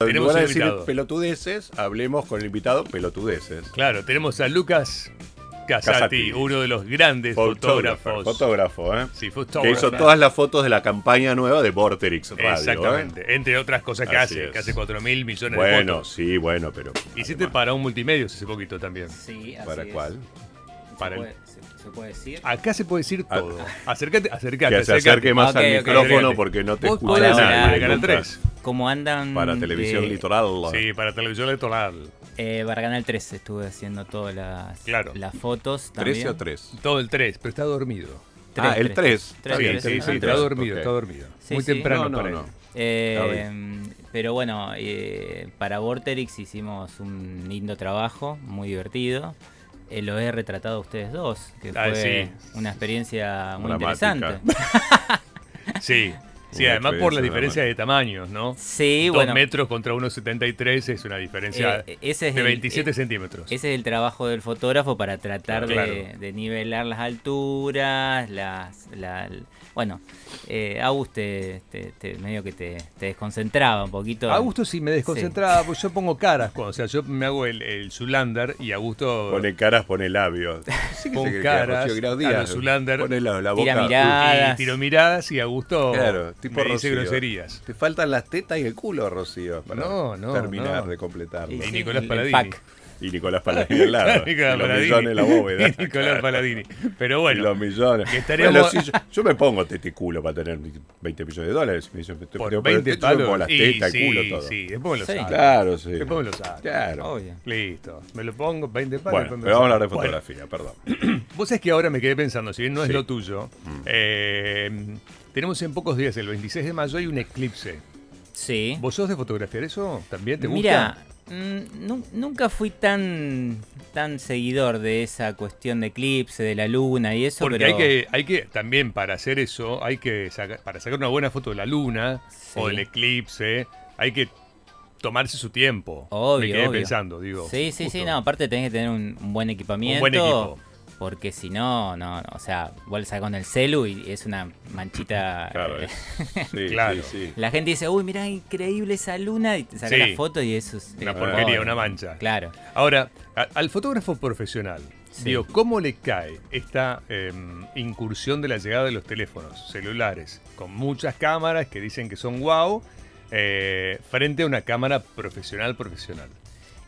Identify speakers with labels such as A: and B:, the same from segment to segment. A: En
B: Tenemos
A: lugar de
B: un
A: decir
B: invitado.
A: pelotudeces, hablemos con el invitado pelotudeces.
B: Claro, tenemos a Lucas Casati,
A: Casati.
B: uno de los grandes
A: Fotógrafo.
B: fotógrafos.
A: Fotógrafo, ¿eh?
B: Sí,
A: Que
B: fotógrafo.
A: hizo todas las fotos de la campaña nueva de Vorterix Radio. ¿eh?
B: Exactamente. Entre otras cosas que
A: Así
B: hace,
A: es.
B: que hace 4 mil millones de
A: Bueno,
B: fotos.
A: sí, bueno, pero.
B: Hiciste
A: además,
B: para un multimedios hace poquito también.
C: Sí, así
A: ¿Para
C: es.
A: cuál?
C: ¿Se,
B: Para el-
C: puede, se- se puede decir?
B: Acá se puede decir
A: Ah.
B: todo. Acércate, acércate,
A: Que se acerque más
C: Ok,
A: al
C: ok,
A: micrófono
B: ok.
A: porque no te
C: Vos
A: escucha
C: podés
B: Para,
C: Hola,
A: nadie.
B: para
C: hola.
B: Canal
A: nunca.
B: 3.
C: ¿Cómo andan?
A: Para televisión
C: de-
A: litoral.
B: Sí, para Televisión Litoral.
C: Eh, para Canal 13 estuve haciendo todas las,
B: Claro.
C: las fotos. También.
A: ¿13 o 3?
B: Todo el 3, pero está dormido.
C: Tres,
A: Ah, el
C: tres.
A: 3.
C: Tres,
B: Sí,
C: tres,
B: sí,
C: tres.
B: sí, está
C: Ajá.
B: dormido,
A: Ok.
B: está dormido.
C: Sí,
B: Muy
C: sí.
B: temprano
A: No, no,
B: para él.
A: no.
C: Eh, pero bueno, eh, para Vorterix hicimos un lindo trabajo, muy divertido. Eh, lo he retratado a ustedes dos, que
B: Ah,
C: fue
B: sí.
C: una experiencia muy
A: Dramática.
C: interesante.
B: Sí. Sí,
A: Una
B: además por
A: experiencia
B: la diferencia
A: dramática.
B: de tamaños, ¿no?
C: Sí,
B: Dos
C: bueno,
B: metros contra 1,73 es una diferencia
C: Eh, ese es
B: de
C: el-
B: 27
C: eh,
B: centímetros.
C: Ese es el trabajo del fotógrafo para tratar
B: Claro.
C: de, de nivelar las alturas, las... la- bueno, eh, Agus te, te- te- medio que te, te desconcentraba un poquito.
B: Augusto sí me desconcentraba, porque yo pongo caras. cuando- o sea, yo me hago el, el Zulander y Augusto eh,
A: Pone caras, pone labios.
B: Pon
A: Con
B: caras, a los Zulander.
A: Pone la, la boca.
C: Tira mirada.
B: y
C: caras.
B: tiro miradas y Augusto
A: Claro, tipo
B: Oh, me dice
A: Rocío.
B: groserías.
A: Te faltan las tetas y el culo, Rocío, para
B: No, no,
A: terminar
B: no.
A: de completarlo.
C: Sí,
B: Y
C: sí,
B: Nicolás
C: el- el
B: Paladini.
C: pack.
A: Y Nicolás Paladini al lado.
B: Claro, Nicolás
A: y los
B: Paladini.
A: millones en la bóveda.
B: Y Nicolás Paladini. Pero
A: Y los
B: bueno,
A: millones.
B: que estaríamos-
A: Bueno, sí, yo, yo me pongo tete y culo para tener 20 millones de dólares. Me dicen, te-
B: por
A: pero
B: 20
A: te- yo me pongo
B: palos.
A: las
B: y
A: tetas,
B: sí,
A: el culo, todo.
B: Sí, después me lo
C: Sí.
B: saco.
A: Claro, sí.
B: Después me lo saco.
A: Claro.
C: Obvio.
B: Listo, me lo pongo 20 palos.
A: Bueno,
B: después me
A: pero
B: lo
A: vamos a hablar
B: saco.
A: de
B: Bueno,
A: fotografía, perdón.
B: Vos sabés que ahora me quedé pensando, si bien no es
A: Sí.
B: lo tuyo,
C: Mm.
B: eh, tenemos en pocos días, el 26 de mayo, hay un eclipse.
C: Sí.
B: ¿Vos sos de fotografiar eso? ¿También te
C: Mira,
B: gusta?
C: mm, nu- nunca fui tan, tan seguidor de esa cuestión de eclipse, de la luna y eso,
B: Porque
C: pero...
B: hay que, hay que, también para hacer eso, hay que sacar, para sacar una buena foto de la luna
C: Sí.
B: o del eclipse, hay que tomarse su tiempo.
C: Obvio,
B: Me quedé
C: obvio.
B: pensando, digo.
C: Sí, sí, sí,
B: justo.
C: no, aparte tenés que tener un, un buen equipamiento.
B: Un buen equipo.
C: Porque si no, no, no, o sea, vos le sacás con el celu y es una manchita...
A: Claro,
C: eh,
A: es- sí, sí,
B: Claro.
A: sí.
C: La gente dice, uy, mirá, increíble esa luna, y te saca
B: Sí.
C: la foto y eso es...
B: Una
C: eh,
B: porquería,
C: oh,
B: una mancha.
C: Claro.
B: Ahora, a- al fotógrafo profesional,
C: Sí.
B: digo, ¿cómo le cae esta eh, incursión de la llegada de los teléfonos celulares con muchas cámaras que dicen que son wow eh, frente a una cámara profesional profesional?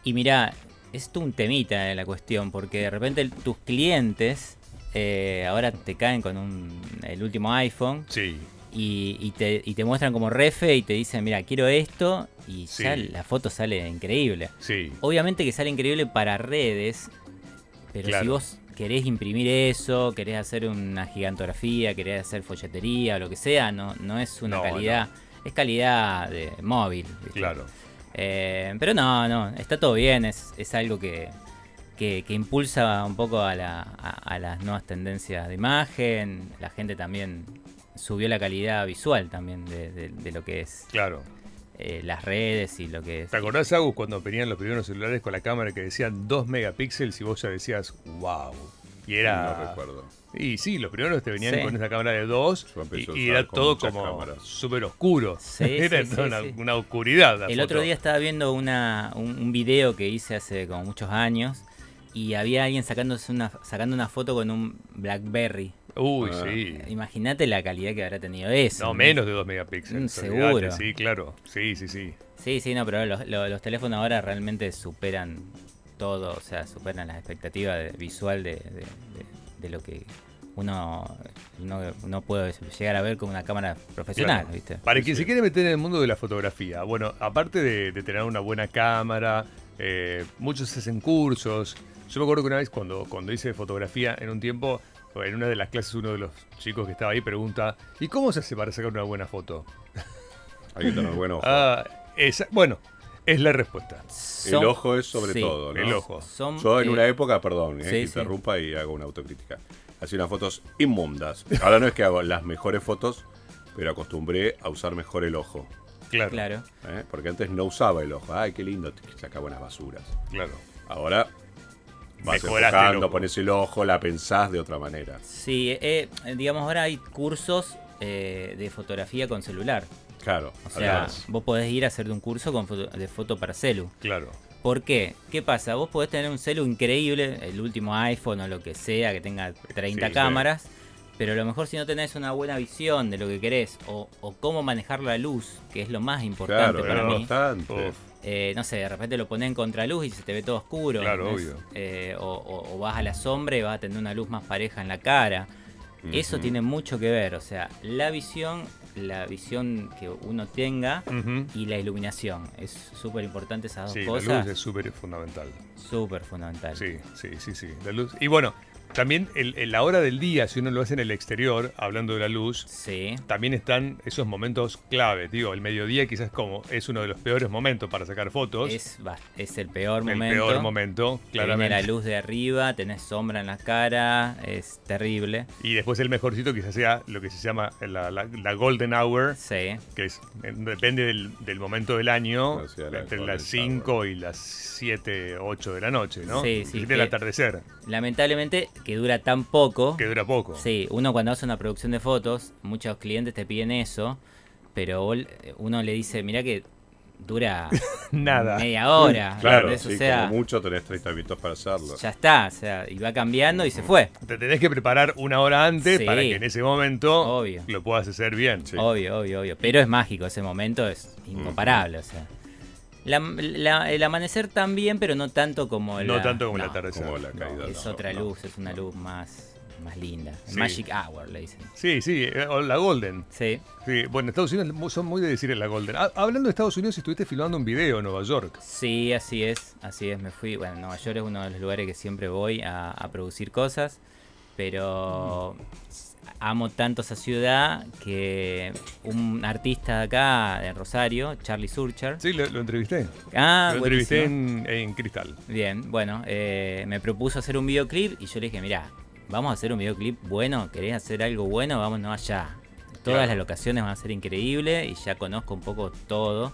C: Y mirá, es tú un temita de la cuestión, porque de repente el- tus clientes eh, ahora te caen con un, el último iPhone
B: Sí,
C: y, y te, y te muestran como refe y te dicen, mira, quiero esto, y ya
B: Sí.
C: la foto sale increíble.
B: sí.
C: Obviamente que sale increíble para redes, pero si
B: Claro.
C: vos querés imprimir eso, querés hacer una gigantografía, querés hacer folletería o lo que sea, no, no es una
B: No,
C: calidad, es calidad de móvil. ¿viste?
B: Claro.
C: Eh, pero no, no, está todo bien, es, es algo que, que- que impulsa un poco a, la- a- a las nuevas tendencias de imagen, la gente también subió la calidad visual también de, de- de lo que es
B: Claro.
C: eh, las redes y lo que es...
B: ¿Te acordás, Agus, cuando venían los primeros celulares con la cámara que decían 2 megapíxeles y vos ya decías wow? Y era.
A: No recuerdo.
B: Y sí, los primeros te venían
C: Sí.
B: con esa cámara de 2
A: Yo empecé
B: y,
A: a
B: y
A: usar
B: era
A: con
B: todo
A: muchas
B: como
A: cámaras.
B: súper oscuro.
C: Sí,
B: era
C: sí, sí,
B: una,
C: sí.
B: una oscuridad. la
C: El
B: foto.
C: otro día estaba viendo una, un, un video que hice hace como muchos años y había alguien sacándose una, sacando una foto con un BlackBerry.
B: Uy,
A: Ah.
B: sí.
C: Imagínate la calidad que habrá tenido eso.
B: No,
C: ¿no?
B: menos de 2
C: Mm,
B: megapíxeles.
C: seguro.
B: olvidate, Sí, claro. Sí, sí, sí.
C: Sí, sí, no, pero los, lo- los teléfonos ahora realmente superan todo, o sea, superan las expectativas de- visual de, de- de- de lo que uno no, no puede llegar a ver con una cámara profesional,
B: Claro.
C: ¿viste?
B: Para quien
A: Sí.
B: se quiere meter en el mundo de la fotografía, bueno, aparte de, de tener una buena cámara, eh, muchos hacen cursos. Yo me acuerdo que una vez cuando, cuando hice fotografía, en un tiempo, en una de las clases, uno de los chicos que estaba ahí pregunta, ¿y cómo se hace para sacar una buena foto?
A: Hay que tener buen ojo.
B: Ah, esa- bueno, es la respuesta.
C: Son-
A: el ojo es sobre
C: sí.
A: todo, ¿no?
B: El ojo.
C: Son,
A: Yo en
C: eh,
A: una época, perdón, eh,
C: sí,
A: que
C: sí.
A: interrumpa y hago una autocrítica. Hacía unas fotos inmundas. Ahora no es que hago las mejores fotos, pero acostumbré a usar mejor el ojo.
B: Claro, claro.
C: Claro.
A: ¿eh? Porque antes no usaba el ojo. Ay, qué lindo, te sacaba unas basuras. Ahora vas
B: Mejoraste el
A: enfocando,
B: ojo.
A: pones el ojo, la pensás de otra manera.
C: Sí, eh, eh, digamos ahora hay cursos eh, de fotografía con celular.
A: Claro.
C: O sea,
A: además.
C: vos podés ir a hacerte un curso con foto- de foto para celu.
B: Claro.
C: ¿Por qué? ¿Qué pasa? Vos podés tener un celu increíble, el último iPhone o lo que sea, que tenga 30
A: Sí, sí.
C: cámaras, pero a lo mejor si no tenés una buena visión de lo que querés o, o cómo manejar la luz, que es lo más importante
A: Claro,
C: para
A: era
C: mí,
A: importante.
B: Uf.
C: eh, no sé, de repente lo ponés en contraluz y se te ve todo oscuro.
B: Claro,
C: ¿entendés?
B: obvio.
C: Eh, o, o- o vas a la sombra y vas a tener una luz más pareja en la cara. Eso
A: Ujú.
C: tiene mucho que ver, o sea, la visión, la visión que uno tenga
B: Ujú.
C: y la iluminación. Es súper importante esas dos
B: Sí, la
C: cosas.
B: luz es súper fundamental.
C: Súper fundamental.
B: Sí, sí, sí, sí. La luz. Y bueno, también el- el- la hora del día, si uno lo hace en el exterior, hablando de la luz,
C: Sí,
B: también están esos momentos clave. Digo, el mediodía quizás como es uno de los peores momentos para sacar fotos.
C: es, bas- es el peor
B: el
C: momento.
B: peor momento,
C: Te viene
B: claramente.
C: la luz de arriba, tenés sombra en la cara, es terrible.
B: Y después el mejorcito quizás sea lo que se llama la, la- la golden hour,
C: Sí.
B: que es, en- depende del, del momento del año,
A: O sea, la
B: entre
A: golden
B: las 5 y las 7, 8 de la noche, ¿no?
C: Sí, sí,
B: Del
C: que-
B: atardecer,
C: Lamentablemente que dura tan poco.
B: que dura poco.
C: Sí, uno cuando hace una producción de fotos, muchos clientes te piden eso, pero vol- uno le dice, mirá que dura
B: Nada.
C: media hora.
A: Claro,
C: ¿entendés?
A: sí,
C: o ah, sea,
A: como mucho tenés 30 minutos para hacerlo.
C: ya está, o sea, y va cambiando y se fue.
B: Te tenés que preparar una hora antes
C: Sí.
B: para que en ese momento
C: Obvio.
B: lo puedas hacer bien.
A: Sí.
C: Obvio, obvio, obvio. Pero es mágico, ese momento es incomparable, o sea. La- la- el amanecer también, pero no tanto como el
B: no tanto como el
C: no,
B: atardecer.
A: como la
C: no,
A: caída.
C: es
A: no,
C: otra
A: no.
C: luz, es una luz más, más linda. El
B: Sí.
C: Magic Hour, le dicen.
B: Sí, sí, eh, o la golden.
C: Sí,
B: Sí, bueno, Estados Unidos mu- son muy de decir la golden. Ah, hablando de Estados Unidos, estuviste filmando un video en Nueva York.
C: sí, así es, así es. Me fui, bueno, Nueva York es uno de los lugares que siempre voy a, a producir cosas, pero amo tanto esa ciudad que un artista de acá, de Rosario, Charlie Surcher.
B: Sí, lo, lo entrevisté.
C: Ah,
B: lo
C: buenísimo.
B: entrevisté en, en Cristal.
C: Bien, bueno, eh, me propuso hacer un videoclip y yo le dije, mirá, vamos a hacer un videoclip bueno, querés hacer algo bueno, vámonos allá. Todas
B: Claro.
C: las locaciones van a ser increíbles y ya conozco un poco todo.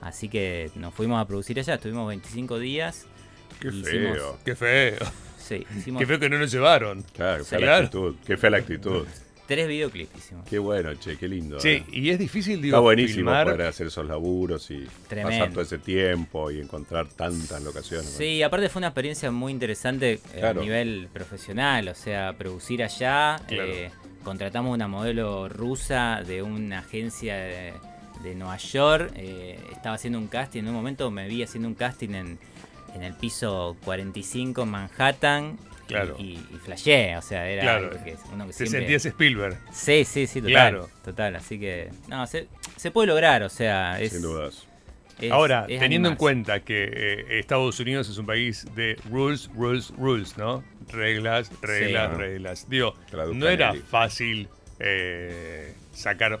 C: Así que nos fuimos a producir allá, estuvimos 25 días.
A: Qué
C: Hicimos-
A: feo.
B: Qué feo.
C: Sí, hicimos
B: Qué feo que no nos llevaron.
A: Claro, qué fea la
B: Claro.
A: actitud. Qué fea la actitud.
C: tres videoclips, hicimos.
A: Qué bueno, che, qué lindo.
B: Sí,
A: ¿eh?
B: y es difícil, digo,
A: Está buenísimo
B: filmar.
A: poder hacer esos laburos y pasar
C: Tremendo.
A: todo ese tiempo y encontrar tantas locaciones. ¿no?
C: Sí, aparte fue una experiencia muy interesante eh,
A: Claro.
C: a nivel profesional, o sea, producir allá.
B: Claro.
C: eh, contratamos una modelo rusa de una agencia de, de Nueva York. eh, estaba haciendo un casting, en un momento me vi haciendo un casting en, en el piso 45 en Manhattan. y-
B: Claro.
C: Y, y flasheé, o sea, era
B: Claro.
C: algo que uno que
B: Te
C: siempre-
B: sentías Spielberg.
C: Sí, sí, sí, total.
B: Claro.
C: Total, así que. No, se, se puede lograr, o sea, es.
A: Sin dudas.
C: es-
B: Ahora,
C: es
B: teniendo en
C: animarse.
B: cuenta que eh, Estados Unidos es un país de rules, rules, rules, ¿no? Reglas, reglas,
A: Sí.
B: reglas. Digo,
A: Traduzca
B: no era
A: Nelly.
B: fácil eh, sacar,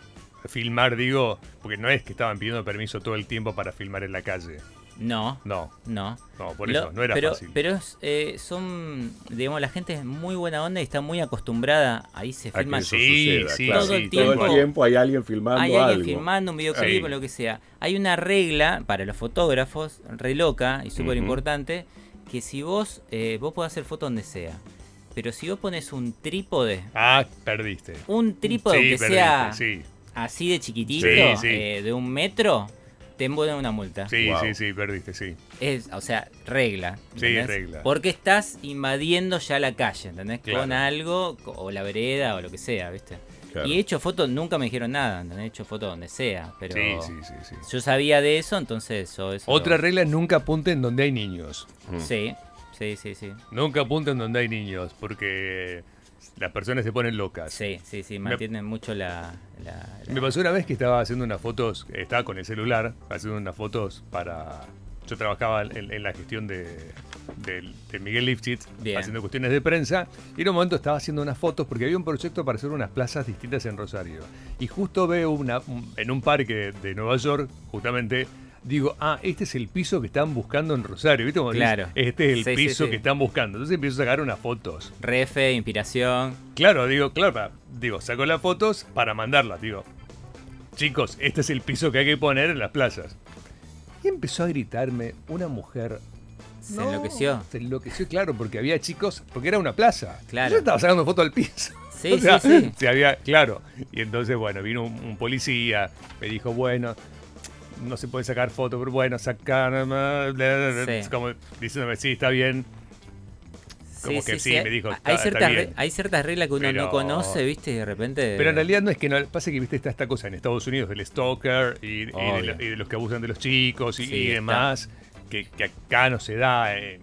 B: filmar, digo, porque no es que estaban pidiendo permiso todo el tiempo para filmar en la calle.
C: No,
B: No,
C: no.
B: no, por
C: Lo-
B: eso, no era
C: pero,
B: fácil.
C: Pero es, eh, son, digamos, la gente es muy buena onda y está muy acostumbrada. Ahí se
A: A que
C: filman.
A: eso
B: Sí,
A: suceda,
B: sí,
A: claro.
C: todo el
A: Todo
C: tiempo.
A: el tiempo hay alguien filmando
C: Hay alguien
A: algo.
C: filmando un
B: Sí.
C: videoclip o lo que sea. Hay una regla para los fotógrafos, re loca y súper
A: Ujú.
C: importante, que si vos, eh, vos podés hacer foto donde sea, pero si vos pones un trípode,
B: ah, perdiste.
C: un trípode
B: sí,
C: que
B: perdiste,
C: sea
B: sí,
C: así de chiquitito,
B: Sí, sí.
C: eh, de un metro, te envuelven una multa.
B: sí,
A: Wow.
B: sí, sí, perdiste, sí.
C: Es, o sea, regla.
B: Sí,
C: ¿entendés?
B: regla.
C: Porque estás invadiendo ya la calle, ¿entendés? Con
B: Claro.
C: algo, co- o la vereda, o lo que sea, ¿viste?
A: Claro.
C: Y he hecho fotos, nunca me dijeron nada, ¿entendés? He hecho fotos donde sea, pero
B: Sí, sí, sí, sí.
C: yo sabía de eso, entonces yo eso...
B: Otra
C: lo-
B: regla es nunca apunten donde hay niños.
C: Sí, sí, sí, sí.
B: Nunca apunten donde hay niños, porque las personas se ponen locas.
C: Sí, sí, sí, mantienen mucho la... la- la-
B: Me pasó una vez que estaba haciendo unas fotos, estaba con el celular, haciendo unas fotos para... Yo trabajaba en, en la gestión de, del- de Miguel Lifchitz,
C: Bien.
B: haciendo cuestiones de prensa, y en un momento estaba haciendo unas fotos porque había un proyecto para hacer unas plazas distintas en Rosario. Y justo veo una, un- en un parque de, de Nueva York, justamente, digo, ah, este es el piso que están buscando en Rosario. ¿Viste cómo decís?
C: Claro.
B: Este es el
C: Sí, sí,
B: piso
C: sí.
B: que están buscando. Entonces empiezo a sacar unas fotos.
C: Refe, inspiración.
B: Claro, digo, claro, pa- digo, saco las fotos para mandarlas, digo. Chicos, este es el piso que hay que poner en las plazas. Y empezó a gritarme una mujer.
C: Se
B: "No".
C: enloqueció.
B: Se enloqueció, claro, porque había chicos, porque era una plaza.
C: Claro.
B: Yo estaba sacando foto al piso.
C: Sí, sí, sí.
B: se había, claro. Y entonces, bueno, vino un, un policía, me dijo, bueno, no se puede sacar foto, pero bueno, sacar, bla, bla, bla,
C: Sí.
B: como diciéndome, sí, está bien. Como que sí, me dijo,
C: Hay
B: "Está- está
C: ciertas re-
B: bien".
C: hay ciertas reglas que uno
B: Pero-
C: no conoce, ¿viste? Y de repente.
B: Pero en realidad no es que no. Pasa que viste está esta cosa en Estados Unidos del stalker y, y de,
C: Obvio.
B: lo- y de los que abusan de los chicos y,
C: Sí,
B: y
C: está.
B: demás, que, que acá no se da, eh,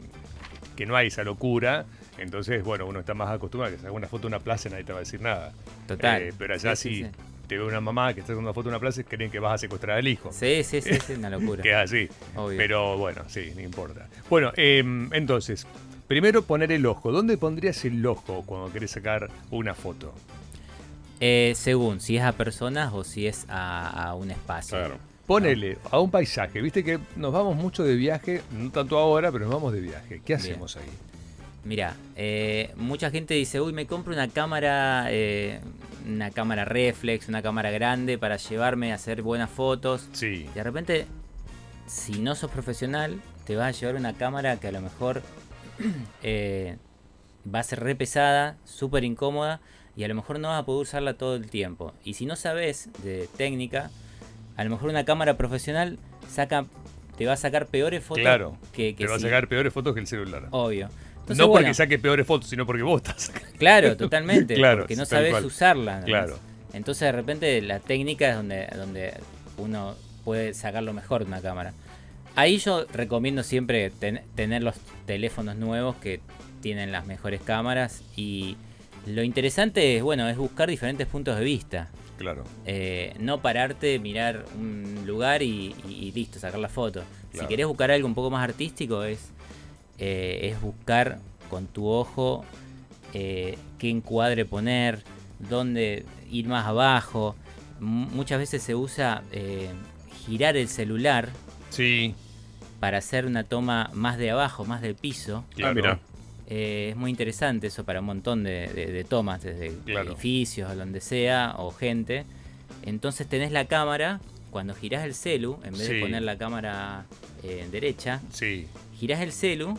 B: que no hay esa locura. Entonces, bueno, uno está más acostumbrado a que se haga una foto en una plaza y nadie te va a decir nada.
C: Total.
B: Eh, pero allá
C: Sí,
B: si
C: sí,
B: te ve una mamá que está haciendo una foto en una plaza, creen que vas a secuestrar al hijo.
C: Sí, sí, sí, sí, una locura.
B: Que es así.
C: Obvio.
B: Pero bueno, sí, no importa. Bueno, eh, entonces, primero poner el ojo. ¿Dónde pondrías el ojo cuando querés sacar una foto?
C: Eh, según si es a personas o si es a, a un espacio.
A: Claro.
B: Este, Ponele a un paisaje, viste que nos vamos mucho de viaje, no tanto ahora, pero nos vamos de viaje. ¿Qué hacemos ahí?
C: Mira, eh, mucha gente dice, uy, me compro una cámara, eh, una cámara reflex, una cámara grande para llevarme a hacer buenas fotos.
B: Sí,
C: Y de repente, si no sos profesional, te vas a llevar una cámara que a lo mejor eh, va a ser re pesada, súper incómoda, y a lo mejor no vas a poder usarla todo el tiempo. Y si no sabes de técnica, a lo mejor una cámara profesional saca, te va a sacar peores fotos
B: claro.
C: que, que
B: Te va a
C: si-
B: sacar peores fotos que el celular.
C: Obvio. Entonces,
B: no porque
C: bueno,
B: saque peores fotos, sino porque vos estás sacando.
C: Claro, totalmente.
B: Claro,
C: porque no
B: tal
C: sabes
B: cual.
C: usarla. ¿no?
B: Claro.
C: Entonces de repente la técnica es donde, donde uno puede sacar lo mejor de una cámara. Ahí yo recomiendo siempre ten- tener los teléfonos nuevos que tienen las mejores cámaras y lo interesante es, bueno, es buscar diferentes puntos de vista.
B: Claro.
C: Eh, no pararte, mirar un lugar y, y- y listo, sacar la foto.
B: Claro.
C: Si querés buscar algo un poco más artístico, es, eh, es buscar con tu ojo eh, qué encuadre poner, dónde ir más abajo. M- muchas veces se usa eh, girar el celular
B: Sí,
C: para hacer una toma más de abajo, más del piso.
B: claro.
A: mira.
C: Eh, es muy interesante eso para un montón de, de- de tomas, desde
B: Claro.
C: edificios, donde sea, o gente. Entonces tenés la cámara, cuando girás el celu, en vez
B: Sí.
C: de poner la cámara eh, derecha,
B: Sí,
C: girás el celu,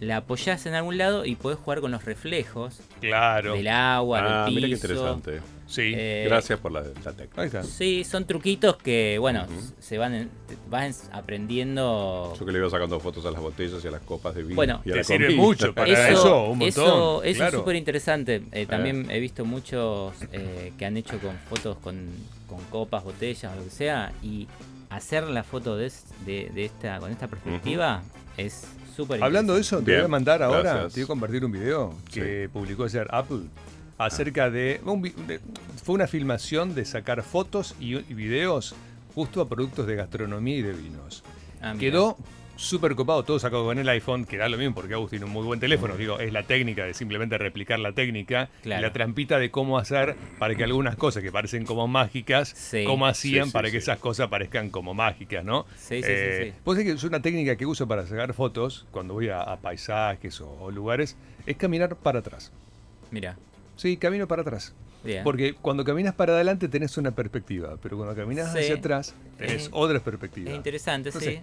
C: la apoyás en algún lado y podés jugar con los reflejos
B: claro.
C: del agua,
A: Ah,
C: del piso.
A: mira qué interesante.
B: Sí.
C: Eh,
A: Gracias por la, la técnica.
B: Ahí está.
C: Sí, son truquitos que, bueno,
A: Ujú.
C: se van, en- te- vas aprendiendo
A: Yo que le iba sacando fotos a las botellas y a las copas de vino.
C: Bueno,
A: y a
B: Te
A: la
B: sirve
A: comida.
B: mucho para eso, un montón.
C: Eso, eso
B: claro.
C: es súper interesante. Eh, también he visto muchos eh, que han hecho con fotos con, con copas, botellas, lo que sea. Y hacer la foto de, es- de- de esta, con esta perspectiva es súper
B: Hablando de eso, te voy a
A: Bien,
B: mandar ahora,
A: gracias.
B: te voy a compartir un video que publicó ayer Apple acerca de, un vi- de- Fue una filmación de sacar fotos y, y videos justo a productos de gastronomía y de vinos.
C: Ah, mira.
B: Quedó súper copado, todo sacado con el iPhone, que da lo mismo porque Agus tiene un muy buen teléfono. Digo, es la técnica de simplemente replicar la técnica
C: Mm. Claro.
B: y la trampita de cómo hacer para que algunas cosas que parecen como mágicas,
C: Sí.
B: cómo hacían
A: Sí, sí,
B: para que
A: sí.
B: esas cosas parezcan como mágicas, ¿no? Eh,
C: Sí, sí, sí, sí.
B: Vos sabés que es una técnica que uso para sacar fotos cuando voy a, a paisajes o, o lugares, es caminar para atrás.
C: Mira,
B: Sí, camino para atrás.
C: bien.
B: Porque cuando caminas para adelante tenés una perspectiva, pero cuando caminas
C: Sí.
B: hacia atrás tenés
C: Es-
B: otra perspectiva.
C: es interesante,
B: No
C: sí.
B: sé,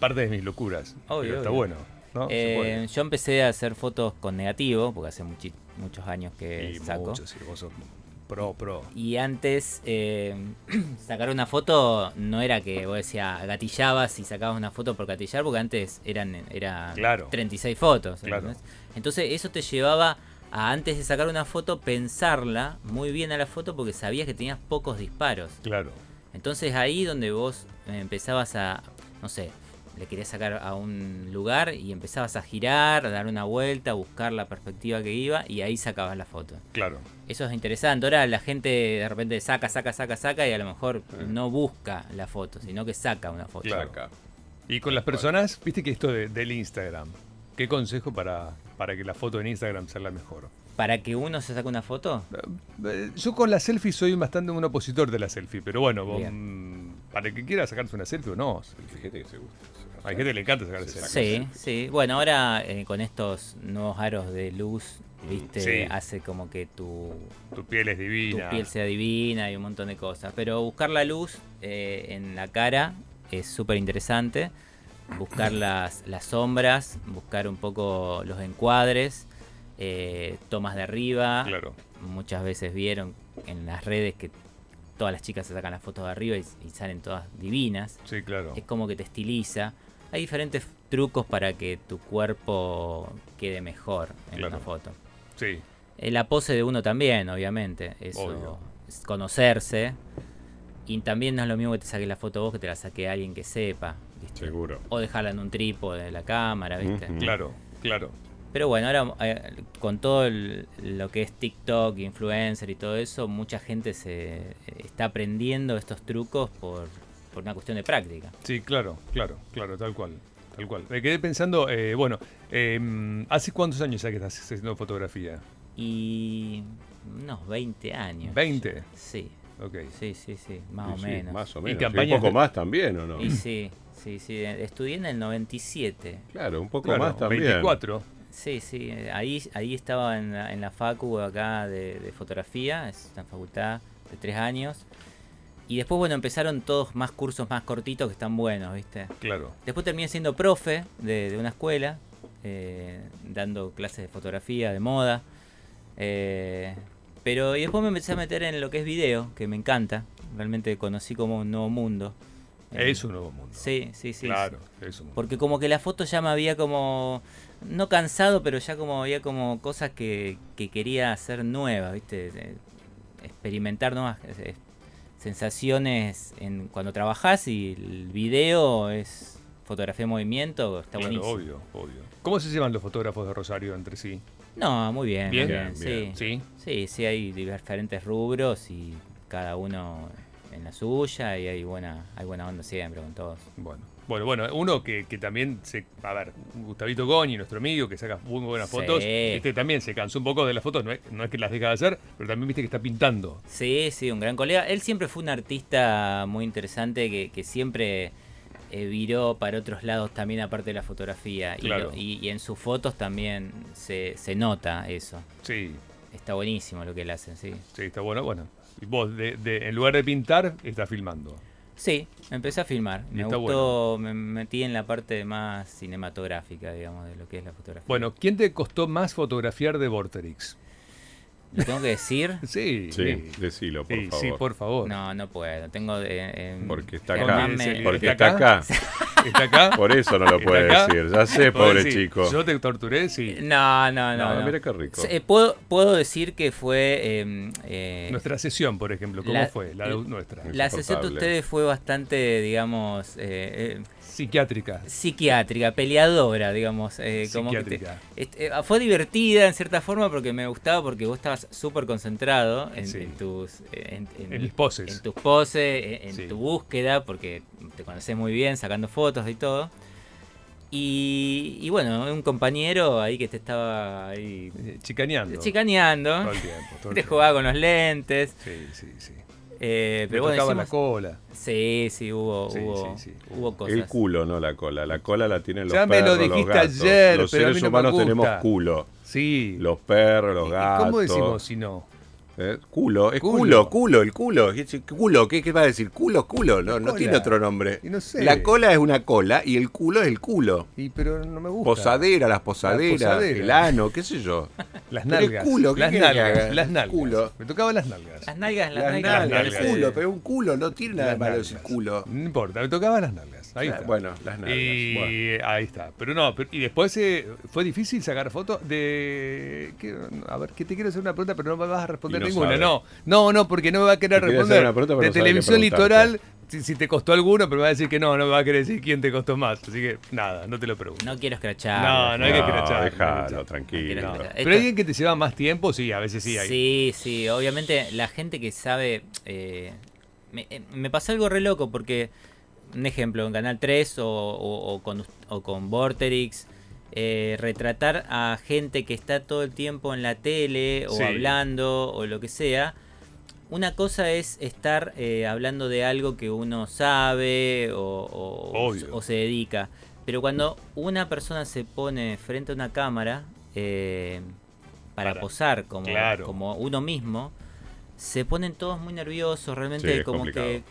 B: Parte de mis locuras.
C: Obvio,
B: pero está
C: obvio.
B: bueno. ¿no? Se
C: Eh,
B: puede.
C: yo empecé a hacer fotos con negativo, porque hace muchi- muchos años que
B: Y
C: eh, saco.
B: mucho, sí, vos sos pro, pro.
C: Y antes eh, sacar una foto no era que vos decías gatillabas y sacabas una foto por gatillar, porque antes eran era
B: Claro.
C: 36 fotos.
B: Claro.
C: ¿entendés? Entonces eso te llevaba a antes de sacar una foto pensarla muy bien a la foto porque sabías que tenías pocos disparos.
B: Claro.
C: Entonces ahí donde vos eh, empezabas a, no sé, le querías sacar a un lugar y empezabas a girar, a dar una vuelta, a buscar la perspectiva que iba y ahí sacabas la foto.
B: Claro.
C: Eso es interesante. Ahora la gente de repente saca, saca, saca, saca y a lo mejor no busca la foto, sino que saca una foto.
B: Claro.
A: Acá.
B: Y con las personas, viste que esto de- del Instagram. ¿Qué consejo para, para que la foto en Instagram sea la mejor?
C: Para que uno se saque una foto,
B: Eh, Yo con la selfie soy bastante un opositor de la selfie, pero bueno, vos, mm, para el que quiera sacarse una selfie o no.
A: Fíjate que se gusta.
B: Hay gente que le encanta sacarse
A: Sí,
B: selfie.
C: sí, sí. Bueno, ahora eh, con estos nuevos aros de luz, viste,
B: Mm, Sí.
C: hace como que tu,
B: Tu piel es
C: tu
B: divina.
C: piel sea divina y un montón de cosas. Pero buscar la luz eh, en la cara es súper interesante. Buscar las, las sombras, buscar un poco los encuadres, eh, tomas de arriba,
B: Claro.
C: muchas veces vieron en las redes que todas las chicas se sacan las fotos de arriba y, y salen todas divinas.
B: Sí, claro.
C: Es como que te estiliza. Hay diferentes trucos para que tu cuerpo quede mejor en
B: Claro.
C: una foto.
B: Sí,
C: Eh, La pose de uno también, obviamente. Eso
B: Obvio.
C: es conocerse. Y también no es lo mismo que te saque la foto vos que te la saque alguien que sepa. ¿viste?
A: Seguro.
C: O dejarla en un trípode de la cámara, ¿viste?
A: Ujú.
B: claro, claro.
C: Pero bueno, ahora eh, con todo el- lo que es TikTok, influencer y todo eso, mucha gente se eh, está aprendiendo estos trucos por, por una cuestión de práctica.
B: Sí, claro, claro, claro, tal cual. Tal cual. Me quedé pensando, eh, bueno, eh, ¿hace cuántos años ya que estás haciendo fotografía?
C: Y unos 20 años.
B: 20.
C: Sí,
B: Ok.
C: sí, sí, sí, más o
A: Sí, sí,
C: menos.
A: Más o
B: Y
A: menos. Sí,
B: campañas
A: un poco
B: de-
A: más también, ¿o no?
C: Y sí, sí, sí, estudié en el 97.
A: Claro, un poco
B: Claro,
A: más también.
B: 24.
C: Sí, sí, eh, ahí, ahí estaba en la, en la facu acá de, de fotografía, es una facultad de tres años. Y después, bueno, empezaron todos más cursos más cortitos que están buenos, ¿viste?
B: Claro.
C: Después terminé siendo profe de, de una escuela, eh, dando clases de fotografía, de moda. eh, pero y después me empecé a meter en lo que es video, que me encanta. Realmente conocí como un nuevo mundo. Eh,
B: Es un nuevo mundo.
C: Sí, sí, sí.
B: Claro, es un mundo.
C: Porque como que la foto ya me había como, no cansado, pero ya como había como cosas que, que quería hacer nuevas, ¿viste? Eh, Experimentar nuevas eh, sensaciones en, cuando trabajás y el video es fotografía en movimiento, está
B: Claro,
C: buenísimo.
B: obvio, obvio. ¿Cómo se llevan los fotógrafos de Rosario entre sí?
C: No, muy bien, muy
B: Bien,
C: bien,
A: bien,
C: sí.
B: Sí.
C: Sí, sí, hay diferentes rubros y cada uno en la suya y hay buena, hay buena onda siempre con todos.
B: Bueno, bueno, bueno, uno que, que también se. A ver, Gustavito Goñi, nuestro amigo, que saca muy buenas
C: Sí.
B: fotos. Este también se cansó un poco de las fotos, no es, no es que las deja de hacer, pero también viste que está pintando.
C: Sí, sí, un gran colega. Él siempre fue un artista muy interesante que, que siempre eh, viró para otros lados también aparte de la fotografía. Y
B: Claro.
C: lo- Y, y en sus fotos también se, se nota eso.
B: Sí,
C: Está buenísimo lo que él hace, sí.
B: sí, está bueno, bueno. Y vos, de, de- en lugar de pintar, estás filmando.
C: Sí, empecé a filmar.
B: Y
C: Me
B: está
C: gustó, me metí en la parte más cinematográfica, digamos, de lo que es la fotografía.
B: Bueno, ¿quién te costó más fotografiar de Vorterix?
C: ¿Lo tengo que decir?
B: Sí,
A: Sí, decilo, por
B: Sí,
A: favor.
B: sí, por favor.
C: No, no puedo. Tengo. eh, eh,
A: Porque está
C: Germán
A: acá.
C: me-
A: Porque
B: ¿Está
A: está
B: acá?
A: acá.
B: ¿Está acá?
A: Por eso no lo
B: ¿Está
A: puede
B: acá?
A: decir. Ya sé,
B: Podés
A: pobre
B: decir,
A: chico.
B: Yo te torturé, sí.
C: No, no, no.
A: No,
C: no.
A: mira qué rico.
C: Eh, puedo, puedo decir que fue. eh, eh,
B: Nuestra sesión, por ejemplo, ¿cómo
C: la- eh,
B: fue? La de- nuestra.
C: La sesión de
A: Insoportable.
C: ustedes fue bastante, digamos, eh, eh,
B: Psiquiátrica.
C: psiquiátrica, peleadora, digamos. eh, como que te-
B: Psiquiátrica.
C: este, eh, fue divertida en cierta forma porque me gustaba porque vos estabas súper concentrado en,
B: Sí.
C: en tus... En, en-
B: En mis poses.
C: en tus poses, en, en
B: Sí.
C: tu búsqueda, porque te conoces muy bien sacando fotos y todo. Y, y bueno, un compañero ahí que te estaba ahí
B: Eh, Chicaneando.
C: chicaneando,
B: Todo el tiempo. todo el
C: te
B: tiempo.
C: jugaba con los lentes,
B: Sí, sí, sí.
C: eh,
B: Me
C: pero bueno,
B: tocaba la
C: hicimos-
B: cola.
C: Sí, sí, hubo,
B: Sí,
C: hubo,
B: sí, sí.
C: hubo cosas.
A: El culo, no la cola. La cola la tienen los
B: Ya me lo
A: perros, los
B: dijiste
A: gatos.
B: ayer,
A: los
B: pero a mí
A: seres
B: no me
A: humanos
B: gusta.
A: tenemos culo.
B: Sí.
A: Los perros, los
B: ¿Y
A: gatos.
B: ¿Cómo decimos si no?
A: Eh, Culo, es
B: Culo.
A: culo. culo, el culo. Y ese Culo, ¿qué, qué va a decir? Culo, culo. No, no
B: cola.
A: tiene otro nombre.
B: Y no sé.
A: La cola es una cola y el culo es el culo.
B: Y pero no me gusta.
A: Posadera, las posaderas,
B: Las posaderas.
A: el ano, qué sé yo.
B: Las
A: Pero
B: nalgas.
A: el culo, ¿qué
B: las
A: querés que
B: nalgas.
A: haga?
B: Las nalgas.
A: Culo.
B: Me tocaba las nalgas.
C: Las nalgas, las,
A: Las
C: nalgas.
A: nalgas,
B: nalgas.
A: el culo,
B: Sí.
A: pero un culo no tiene nada
B: Las
A: de malo
B: nalgas.
A: decir culo.
B: No importa, me tocaba las nalgas. Ahí
A: Ah,
B: está.
A: Bueno, las nalgas.
B: Y
A: bueno.
B: ahí está. Pero no, pero- y después eh, fue difícil sacar fotos de. ¿qué? a ver, que te quiero hacer una pregunta, pero no me vas a responder
A: Y no
B: ninguna.
A: sabe.
B: No, no, no, porque no me va a querer
A: Te quiere
B: responder.
A: hacer una pregunta, pero
B: de
A: no sabe qué
B: televisión
A: preguntarte.
B: litoral, si, si te costó alguno, pero me va a decir que no, no me va a querer decir quién te costó más. Así que nada, no te lo pregunto.
C: No quiero escrachar.
B: No, no hay que
A: No,
B: escrachar, no hay que escrachar.
A: Ah, Déjalo,
C: No
A: tranquilo.
C: hay que escrachar.
B: Pero hay alguien que te lleva más tiempo, sí, a veces sí
C: Sí,
B: hay.
C: sí, obviamente la gente que sabe... eh, me, eh, me pasó algo re loco porque, un ejemplo, en Canal 3 o, o- o con, us- o con Vorterix, eh, retratar a gente que está todo el tiempo en la tele o
B: Sí.
C: hablando o lo que sea. Una cosa es estar eh, hablando de algo que uno sabe o, o-
B: Obvio.
C: o se dedica. Pero cuando una persona se pone frente a una cámara eh, para,
B: Para-
C: posar como,
B: claro.
C: como uno mismo, se ponen todos muy nerviosos, realmente
A: Sí, es
C: como
A: complicado.
C: que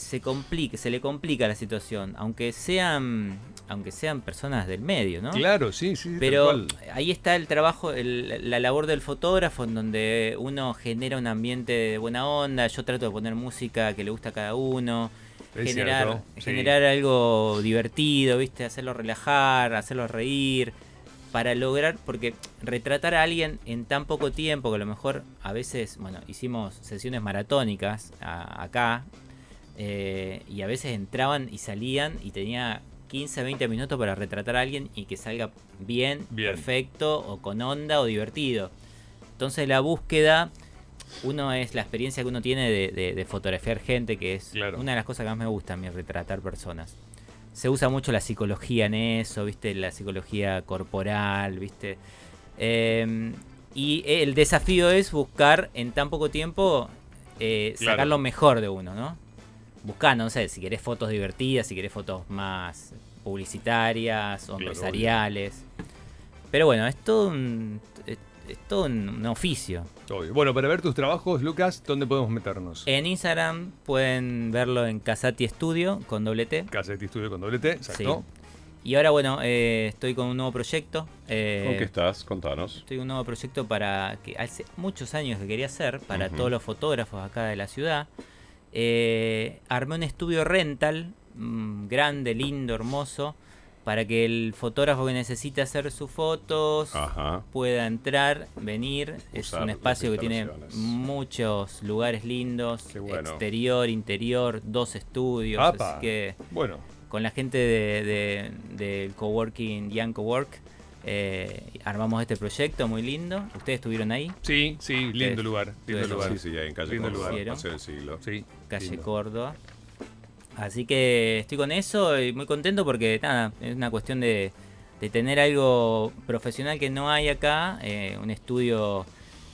C: se complique, se le complica la situación. Aunque sean aunque sean personas del medio, ¿no?
B: Claro, sí, sí. tal
C: Pero
B: cual.
C: ahí está el trabajo, el- la labor del fotógrafo, en donde uno genera un ambiente de buena onda. Yo trato de poner música que le gusta a cada uno.
B: Es
C: generar,
B: cierto, sí.
C: generar algo divertido, ¿viste? Hacerlo relajar, hacerlo reír. Para lograr, porque retratar a alguien en tan poco tiempo, que a lo mejor a veces, bueno, hicimos sesiones maratónicas a- acá, eh, y a veces entraban y salían y tenía 15, 20 minutos para retratar a alguien y que salga bien,
B: Bien.
C: perfecto, o con onda, o divertido. Entonces la búsqueda, uno es la experiencia que uno tiene de, de- de fotografiar gente, que es
B: Claro.
C: una de las cosas que más me gusta a mí, retratar personas. Se usa mucho la psicología en eso, ¿viste? La psicología corporal, ¿viste? Eh, y el desafío es buscar en tan poco tiempo eh,
B: Claro.
C: sacar lo mejor de uno, ¿no? Buscando, no sé, si querés fotos divertidas, si querés fotos más publicitarias o
B: Claro,
C: empresariales. Pero bueno, es todo un, es, es todo un, un oficio.
B: Obvio. Bueno, para ver tus trabajos, Lucas, ¿dónde podemos
A: Eh.
B: meternos?
C: En Instagram pueden verlo en Casati Studio con doble T.
B: Casete Estudio con doble T, exacto.
C: Y ahora, bueno, eh, estoy con un nuevo proyecto. eh,
A: ¿Con qué estás? Contanos.
C: Estoy con un nuevo proyecto para que hace muchos años que quería hacer para
A: Ujú.
C: todos los fotógrafos acá de la ciudad. Eh, armé un estudio rental mm, grande, lindo, hermoso, para que el fotógrafo que necesite hacer sus fotos
A: Ajá.
C: pueda entrar, venir. es
A: Ah. Usar
C: un
A: las
C: espacio que tiene
A: instalaciones.
C: muchos lugares lindos,
A: Qué bueno.
C: exterior, interior, dos estudios,
B: Apa.
C: así que
B: Bueno,
C: con la gente de- de- del coworking Young Cowork. eh, armamos este proyecto muy lindo. Ustedes estuvieron ahí,
B: sí, sí, lindo
C: Ustedes-
B: lugar, lindo
C: ustedes-
B: lugar.
A: Sí, sí, ahí en calle
B: Lindo
A: Córdoba,
C: lugar.
A: Paseo del siglo.
B: Sí,
C: calle
B: lindo.
C: Córdoba. Así que estoy con eso y muy contento porque nada, es una cuestión de, de tener algo profesional que no hay acá, eh, un estudio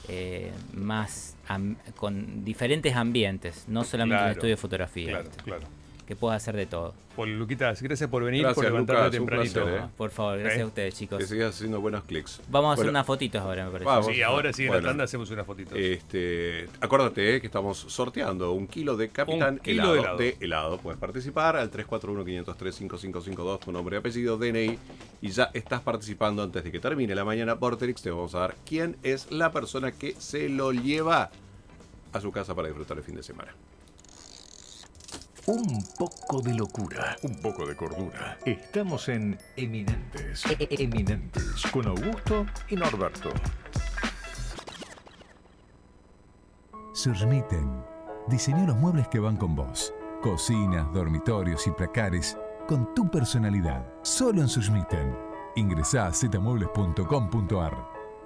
C: eh, más am- con diferentes ambientes, no solamente un
B: Claro,
C: estudio de fotografía,
B: Claro, claro.
C: que puedas hacer de todo.
B: Bueno, Luquitas, gracias por venir,
A: Gracias,
B: por levantarte
A: Lucas, un
B: tempranito.
A: placer, ¿eh?
C: Por favor, gracias
B: Ok.
C: a ustedes chicos.
A: Que sigas haciendo buenos clics.
C: Vamos a hacer
A: Bueno,
C: unas fotitos ahora, me parece.
A: Vamos.
B: Sí, ahora sí, en
A: Bueno.
B: la tanda hacemos una fotito.
A: Este, acuérdate eh, que estamos sorteando un kilo de Capitán
B: Un kilo de
A: helado,
B: helado.
A: de helado. Puedes participar al 341-503-5552, tu nombre y apellido, DNI, y ya estás participando antes de que termine la mañana por Telix. Te vamos a dar quién es la persona que se lo lleva a su casa para disfrutar el fin de semana.
D: Un poco de locura.
E: Un poco de cordura.
D: Estamos en Eminentes. E-, Eminentes. Con Augusto
E: Y Norberto.
F: Surmiten. Diseñó los muebles que van con vos. Cocinas, dormitorios y placares con tu personalidad. Solo en Surmiten. Ingresá a zmuebles.com.ar.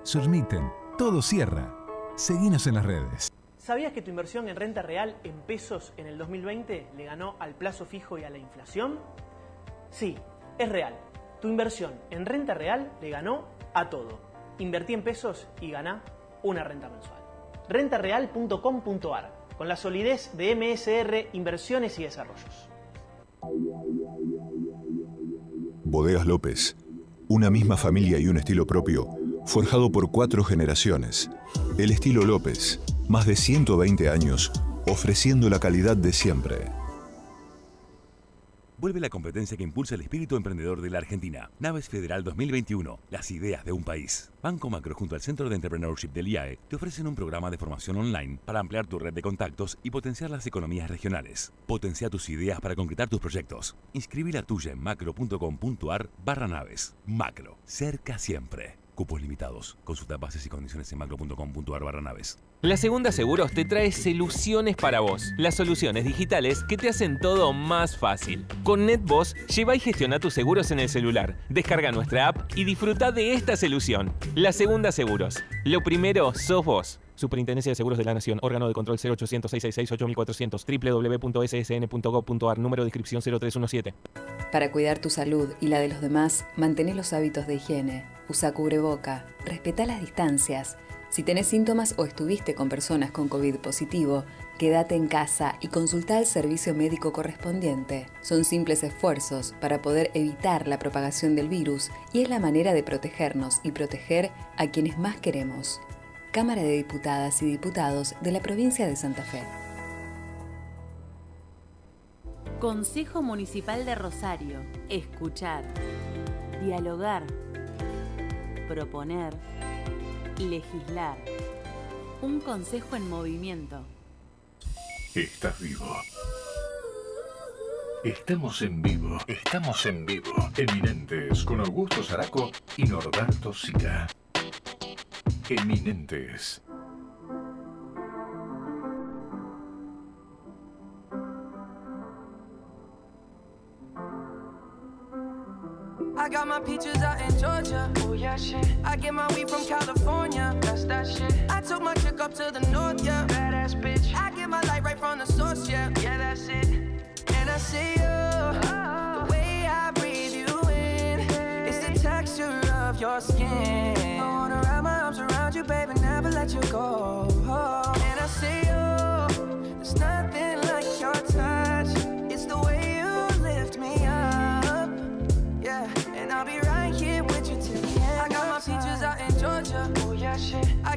F: Surmiten. Todo cierra. Seguinos en las redes.
G: ¿Sabías que tu inversión en renta real en pesos en el 2020 le ganó al plazo fijo y a la inflación? Sí, es real. Tu inversión en renta real le ganó a todo. Invertí en pesos y ganá una renta mensual. rentareal.com.ar con la solidez de MSR Inversiones y Desarrollos.
E: Bodegas López. Una misma familia y un estilo propio, forjado por cuatro generaciones. El estilo López. Más de 120 años, ofreciendo la calidad de siempre.
H: Vuelve la competencia que impulsa el espíritu emprendedor de la Argentina. Naves Federal 2021. Las ideas de un país. Banco Macro junto al Centro de Entrepreneurship del IAE te ofrecen un programa de formación online para ampliar tu red de contactos y potenciar las economías regionales. Potencia tus ideas para concretar tus proyectos. Inscribí la tuya en macro.com.ar barra naves. Macro. Cerca siempre. Cupos limitados. Consulta bases y condiciones en macro.com.ar barra naves.
I: La Segunda Seguros te trae soluciones para vos. Las soluciones digitales que te hacen todo más fácil. Con NetBoss, lleva y gestiona tus seguros en el celular. Descarga nuestra app y disfruta de esta solución. La Segunda Seguros. Lo primero sos vos. Superintendencia de Seguros de la Nación, órgano de control 0800 666 8400, www.ssn.gov.ar, número de inscripción 0317.
J: Para cuidar tu salud y la de los demás, mantén los hábitos de higiene. Usa cubreboca, respeta las distancias. Si tenés síntomas o estuviste con personas con COVID positivo, quédate en casa y consulta al servicio médico correspondiente. Son simples esfuerzos para poder evitar la propagación del virus y es la manera de protegernos y proteger a quienes más queremos. Cámara de Diputadas y Diputados de la provincia de Santa Fe.
K: Consejo Municipal de Rosario. Escuchar. Dialogar. Proponer. Legislar. Un consejo en movimiento.
F: Estás vivo. Estamos en vivo. Estamos en vivo. Eminentes con Augusto Zaraco y Norberto Sica. Eminentes.
G: I got my peaches out in Georgia. Oh yeah, shit. I get my weed from California. That's that shit. I took my chick up to the north, yeah. Badass bitch. I get my light right from the source, yeah. Yeah, that's it. And I see you. The way I breathe you in is the texture of your skin. I wanna wrap my arms around you, baby, never let you go. And I see you. There's nothing like your touch. It's the way you lift me up. Yeah, and I'll be right here with you till the end. I got my peaches out in Georgia. Oh yeah, shit. I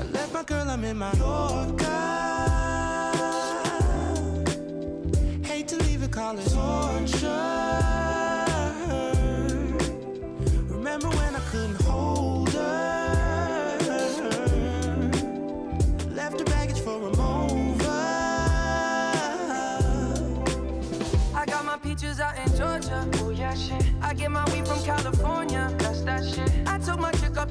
H: I left my girl, I'm in my Yorker. Hate to leave it, call it torture. Remember when I couldn't hold her? Left her baggage for a mover.
G: I got my peaches out in Georgia. Oh yeah, shit. I get my weed from California. That's that shit. I took my chick up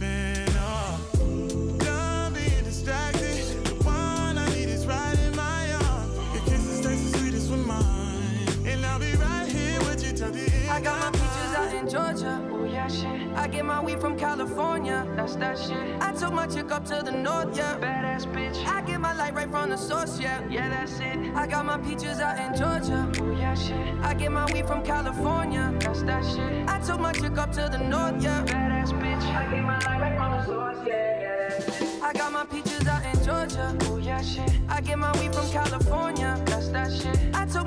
H: been. Oh, done being distracted. The one I need is right in my arms. Your kisses taste the sweetest with mine, and I'll be right here with you till the end.
G: I got my peaches out in Georgia. Oh yeah, shit. I get my weed from California. That's that shit. I took my chick up to the north, yeah. Badass bitch. I get my light right from the source, yeah. Yeah, that's it. I got my peaches out in Georgia. Oh yeah, shit. I get my weed from California. That's that shit. I took my chick up to the north, yeah. Badass bitch. I get my light right from the source, yeah. I got my peaches out in Georgia. Oh yeah, shit. I get my weed from California. That's that shit. I took